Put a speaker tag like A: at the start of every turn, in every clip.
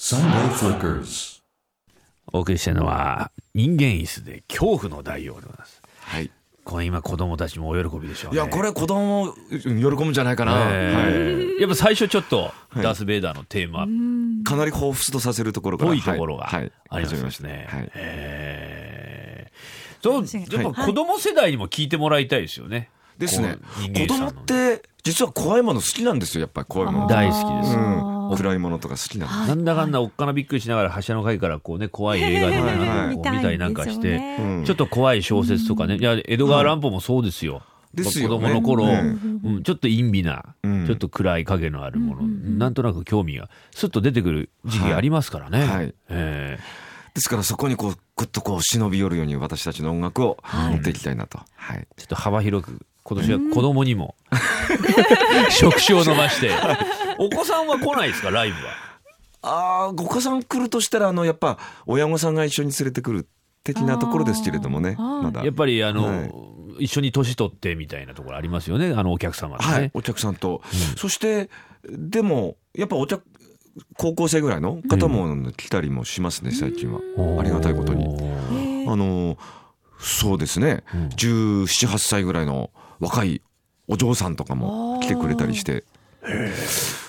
A: Sunday Flickers.
B: お送りしてるのは人間椅子で恐怖の代表でございます
C: はい。
B: これ今子供たちもお喜びでしょう
C: い
B: ね
C: や、これ子供も喜ぶんじゃないかな。はい
B: えーやっぱ最初ちょっとダース・ベイダーのテーマっ
C: かなり彷彿とさせるところから。
B: ぽいところが
C: はいはい
B: ありま
C: 始
B: す
C: め
B: ね
C: ましたはい。
B: えーそうやっぱ
C: はい
B: 子供世代にも聞いてもらいたいですよね
C: ですね
B: こ
C: 子
B: う。人間
C: 供
B: さんの
C: って、実は怖いもの好きなんですよ、やっぱり怖いもの。
B: 大好きです
C: うん。暗いものとか好きなん
B: なんだかんだおっかなびっくりしながら柱の階からこうね怖い映画とかね
C: はい
B: こう見たりなんかして、
C: です。うん
B: ちょっと怖い小説とかねいや江戸川乱歩もそうですよ、
C: ですよね
B: 子供の頃、
C: う
B: うんんちょっと陰微な、
C: うん
B: ちょっと暗い影のあるもの、なんとなく興味がすっと出てくる時期がありますからね、
C: はいはい
B: え
C: ですからそこにこうぐっとこう忍び寄るように私たちの音楽を持っていきたいなと、はい、
B: ーちょっと幅広く今年は子供 にも触手を伸ばしてお子さんは来ないですかライブは
C: ああご家さん来るとしたらあのやっぱ親御さんが一緒に連れてくる的なところですけれどもね
D: あー
C: まだ
B: やっぱりあの、
C: はい
B: 一緒に年取ってみたいなところありますよねあのお客様ってね、
C: はいお客さんと、そしてでもやっぱお客高校生ぐらいの方も来たりもしますね最近はありがたいことに
B: に。
C: あのそうですね
B: うん
C: 1718歳ぐらいの若いお嬢さんとかも来てくれたりして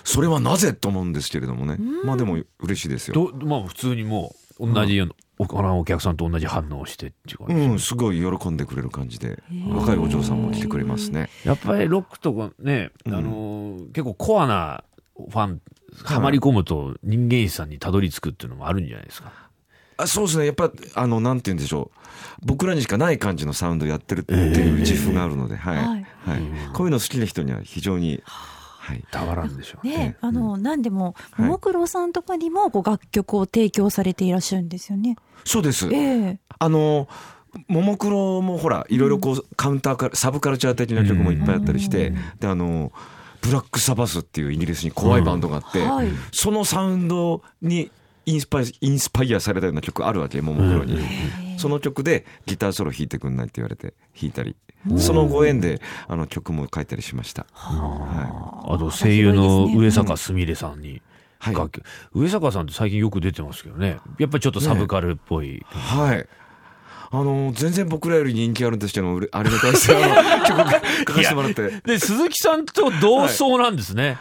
C: それはなぜと思うんですけれどもねまあでも嬉しいですよ
B: どまあ普通にもう同じような、おあのお客さんと同じ反応をしてっていうか、
C: うん、すごい喜んでくれる感じで、若いお嬢さんも来てくれますね。
B: やっぱりロックとかね、あ
C: ん
B: のー結構コアなファンはまり込むと人間さんにたどり着くっていうのもあるんじゃないですか。
C: あそうですね、やっぱ、あの、なんて言うんでしょう。僕らにしかない感じのサウンドやってるっていう自負があるので、はい。
D: は
C: はいい。こういうの好きな人には非常に、はい。
B: たまらんでしょうね。
D: ね、あの、なんでも、
C: はい
D: ももクロさんとかにも、こう楽曲を提供されていらっしゃるんですよね。
C: そうです。
D: ええ、
C: あの、ももクロもほら、いろいろこう、カウンターから、サブカルチャー的な曲もいっぱいあったりして、で、あの、ブラックサバスっていうイギリスに怖いバンドがあって、
D: はい。
C: そのサウンドにインスパイインスパイアされたような曲あるわけももクロに、その曲でギターソロ弾いてくんないって言われて弾いたりそのご縁であの曲も書いたりしました、は
B: あと声優の上坂すみれさんに
C: はい
B: 楽曲、上坂さんって最近よく出てますけどねやっぱりちょっとサブカルっぽい、
C: い、はい、あの全然僕らより人気あるんですけどうれあれに関してはあの曲書かせてもらって
B: で鈴木さんと同窓なんですね、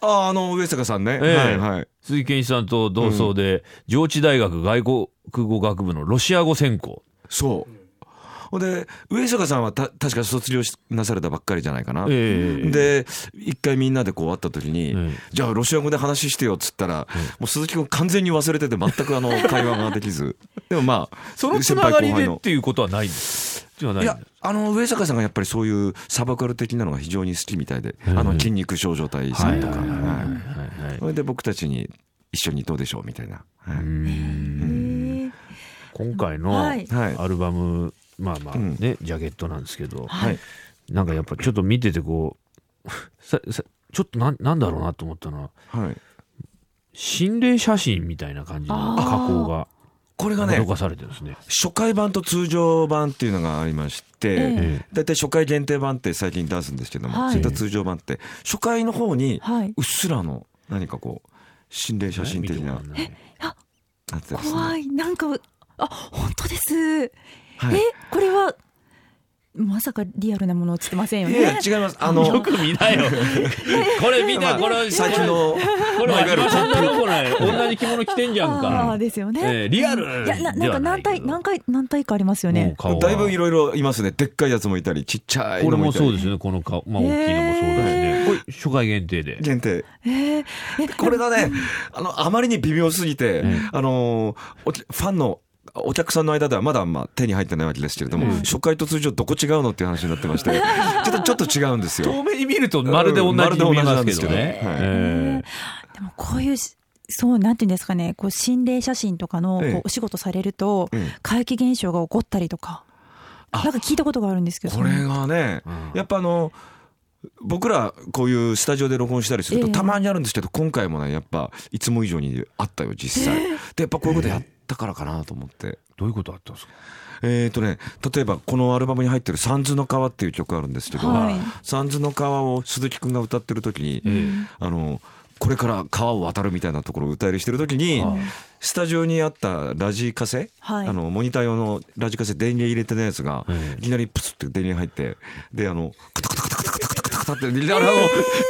C: ああの上坂さんね、
B: ええ
C: はいはい
B: 鈴木健一さんと同窓で、上智大学外国語学部のロシア語専攻
C: そうほんで上坂さんはた確か卒業しなされたばっかりじゃないかな、
B: ええ
C: で一回みんなでこう会った時に、
B: ええ
C: じゃあロシア語で話してよっつったら、もう鈴木君完全に忘れてて全くあの会話ができ ずでもまあ
B: そのつながりでっていうことはないんですではないいん
C: や
B: です
C: あの上坂さんがやっぱりそういうサバカル的なのが非常に好きみたいで、あの筋肉少女隊さんとか、
B: はいはいはい
C: はい
B: はいはい
C: それで僕たちに一緒にどうでしょうみたいな、はい
D: ええ
B: 今回の
D: は
B: ア
D: い
C: はい
B: ルバムまあまあ
C: うん
B: ねジャケットなんですけど
C: はい
B: なんかやっぱちょっと見ててこうささちょっとなんなんだろうなと思ったのは
C: はい、
B: 心霊写真みたいな感じの加工が
C: これがね
B: 施されてるんですね。
C: 初回版と通常版っていうのがありまして、
D: ええ
B: ええ
C: だいたい初回限定版って最近出すんですけども、
D: はい
C: そういった通常版って初回の方に
D: はい。
C: うっすらの何かこう心霊写真的な
B: 見てもらわない
C: なってますね。
D: 怖い、なんか、あ、本当です。
C: はい
D: え、これは。まさかリアルなものを映ってませんよ
C: いや
D: ね。
C: いや違います。あ
B: よ
C: の、
B: く見なよ。これ見
C: ま
B: な、
C: あ
B: これ、
C: 最近の、
B: これ、
C: まあいわ
B: こ
C: ゆ
B: れ、
C: る
B: これ、これ、同じ着物着てんじゃん
D: あ
B: か
D: あ、。ですよね。
B: ええリアル
D: いや、な、
B: で
D: なん
B: は
D: か
B: な
D: 何
B: いけ
D: 体、
B: ど
D: 何回、何体かありますよ
B: もう
D: ね。
B: 顔は
C: だいぶいろいろいますね。でっかいやつもいたり、ちっちゃい
B: これ
C: のも
B: も
C: いたり。
B: そうですよね、この顔、まあ、大きいのもそうだしね。これ初回限定で。
C: 限定。
D: ええ、え
C: これがね、あの、あまりに微妙すぎて、あの、おきファンの、お客さんの間ではまだまあ手に入ってないわけですけれども、初回と通常どこ違うのっていう話になってま して、ちょっとちょっと違うんですよ。
B: 遠目に見ると、まるで同じに見えますけど
C: うんまるで同じなん
B: ね
C: ですけどねはい。
B: ええ
D: でもこういうしそうなんていうんですかねこう心霊写真とかのこ
C: ええ
D: うお仕事されると
C: ええ
D: 怪奇現象が起こったりとか、
C: あ
D: なんか聞いたことがあるんですけど
C: これがね、やっぱあの僕らこういうスタジオで録音したりすると
D: ええ
C: たまにあるんですけど、今回もねやっぱいつも以上にあったよ実際、でやっぱこういうことやったからかなと思って
B: どういうことあったんですか。
C: えっ、とね例えばこのアルバムに入ってる「三途の川」っていう曲あるんですけど、
D: はい
C: 三途の川を鈴木くんが歌ってる時に、あのこれから川を渡るみたいなところを歌いりしてる時にスタジオにあったラジカセ、
D: はい
C: あのモニター用のラジカセ電源入れてないやつが、
B: え
C: いきなりプツって電源入ってであのカタカタカタカタカタカタカタってあの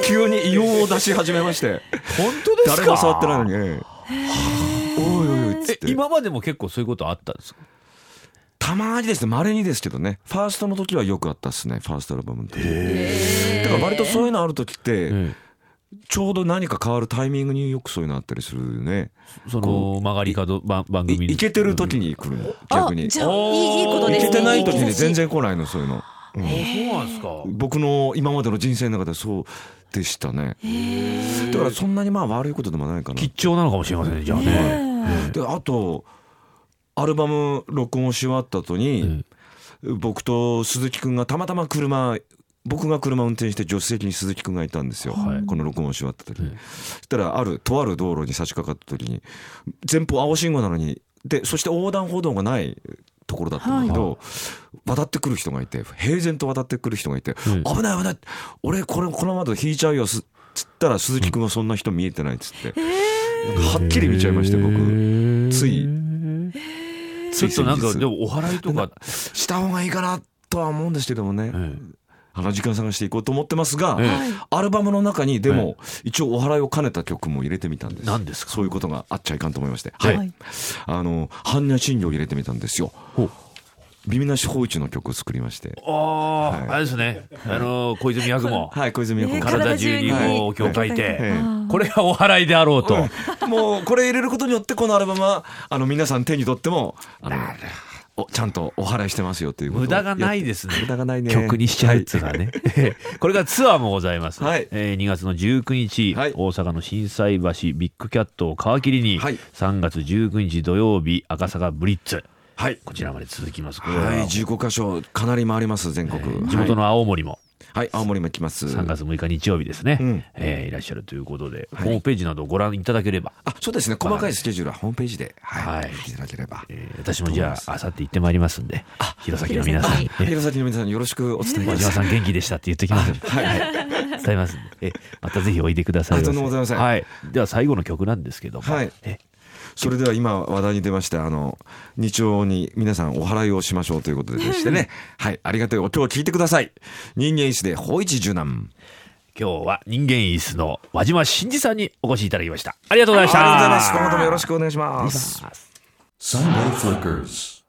C: 急に硫黄を出し始めまして
B: 本当ですか
C: 誰も触ってないのにええおいおいおいっつっ
B: え
C: て
B: 今までも結構そういうことあったんですか
C: たまにですね稀にですけどねファーストの時はよくあったっすねファーストアルバムの時だから割とそういうのある時って、ちょうど何か変わるタイミングによくそういうのあったりするよね
B: そ
C: こ
B: の曲がり角番番
C: い
B: 組に
C: いけてる時に来るの逆にい
D: あじ
C: け
D: ゃあいいいいことですね。
C: てない時に全
D: いい兆し。
C: 然来ないのそういうの
B: そうなんですか
C: 僕の今までの人生の中でそうでしたねだからそんなにまあ悪いことでもないかな
B: 吉兆なのかもしれませんねじゃあね
D: ね
C: であとアルバム録音し終わった後に、僕と鈴木くんがたまたま車僕が車運転して助手席に鈴木くんがいたんですよ、
B: はい
C: この録音し終わった時に、そしたらあるとある道路に差し掛かった時に前方青信号なのにでそして横断歩道がないところだったんだけど、渡ってくる人がいて平然と渡ってくる人がいて、
B: うん
C: 危ない危ない俺これこの窓引いちゃうよすつったら鈴木くんはそんな人見えてないっつって、はっきり見ちゃいまして僕。つい
B: ちょっとなん
C: つ
B: か
C: い先日
B: でもお祓いとか
C: した方がいいかなとは思うんですけどもね、あの時間探していこうと思ってますが、
B: ええ
C: アルバムの中にでも一応お祓いを兼ねた曲も入れてみたんです
B: 何ですか
C: そういうことがあっちゃいかんと思いまして、
B: は
D: はいい。
C: あの般若心経を入れてみたんですよビミナシ法一の曲を作りまして
B: あ
C: はい
B: ああれですねあの小泉八雲
C: はい小泉
D: え
C: 洋子
D: ー
C: から
B: 体中に
C: はい
B: こう教会い
D: はい
B: て
C: ええ
B: これがお祓いであろうと
C: もうこれ入れることによってこのアルバムはあの皆さん手に取ってもあのおちゃんとお祓いしてますよということを
B: 無駄がない
C: やっ
B: ですね
C: 無駄がないね
B: 曲にしちゃうっていうのはねこれがツアーもございます、
C: はい
B: えー2月の19日、
C: はい
B: 大阪の心斎橋ビッグキャットを皮切りに、
C: はい
B: 3月19日土曜日赤坂ブリッツ
C: はい
B: こちらまで続きますこれは、
C: はい、
B: 地
C: 15箇所かなり回ります全国、
B: 元の青森も
C: はい、はい、青森も行きます
B: 3月6日日曜日ですね、
C: うん
B: えーいらっしゃるということで、ホームページなどをご覧いただければ、
C: あそうですね細かいスケジュールはホームページで、はい
B: はい
C: いただければ
B: えー私もじゃああさって行ってまいりますんで弘前の皆さんに、え
C: 弘前の皆さんよろしくお伝えく
B: 小
C: だ
B: 島
C: さい
B: さん元気でしたって言ってきますんで
C: はい、
B: 伝えますんでえまたぜひおいでください
C: あとんでもございません
B: はい、では最後の曲なんですけども、
C: はい
B: え
C: それでは今話題に出ましたあの日曜に皆さんお祓いをしましょうということでして ねはいありがたいお経を聞いてください人間石で法一受難
B: 今日は人間椅子の和島真二さんにお越しいただきましたありがとうございました
C: ありがとうございます今後ともよろしくお願いします
B: ます
A: Sunday Flickers.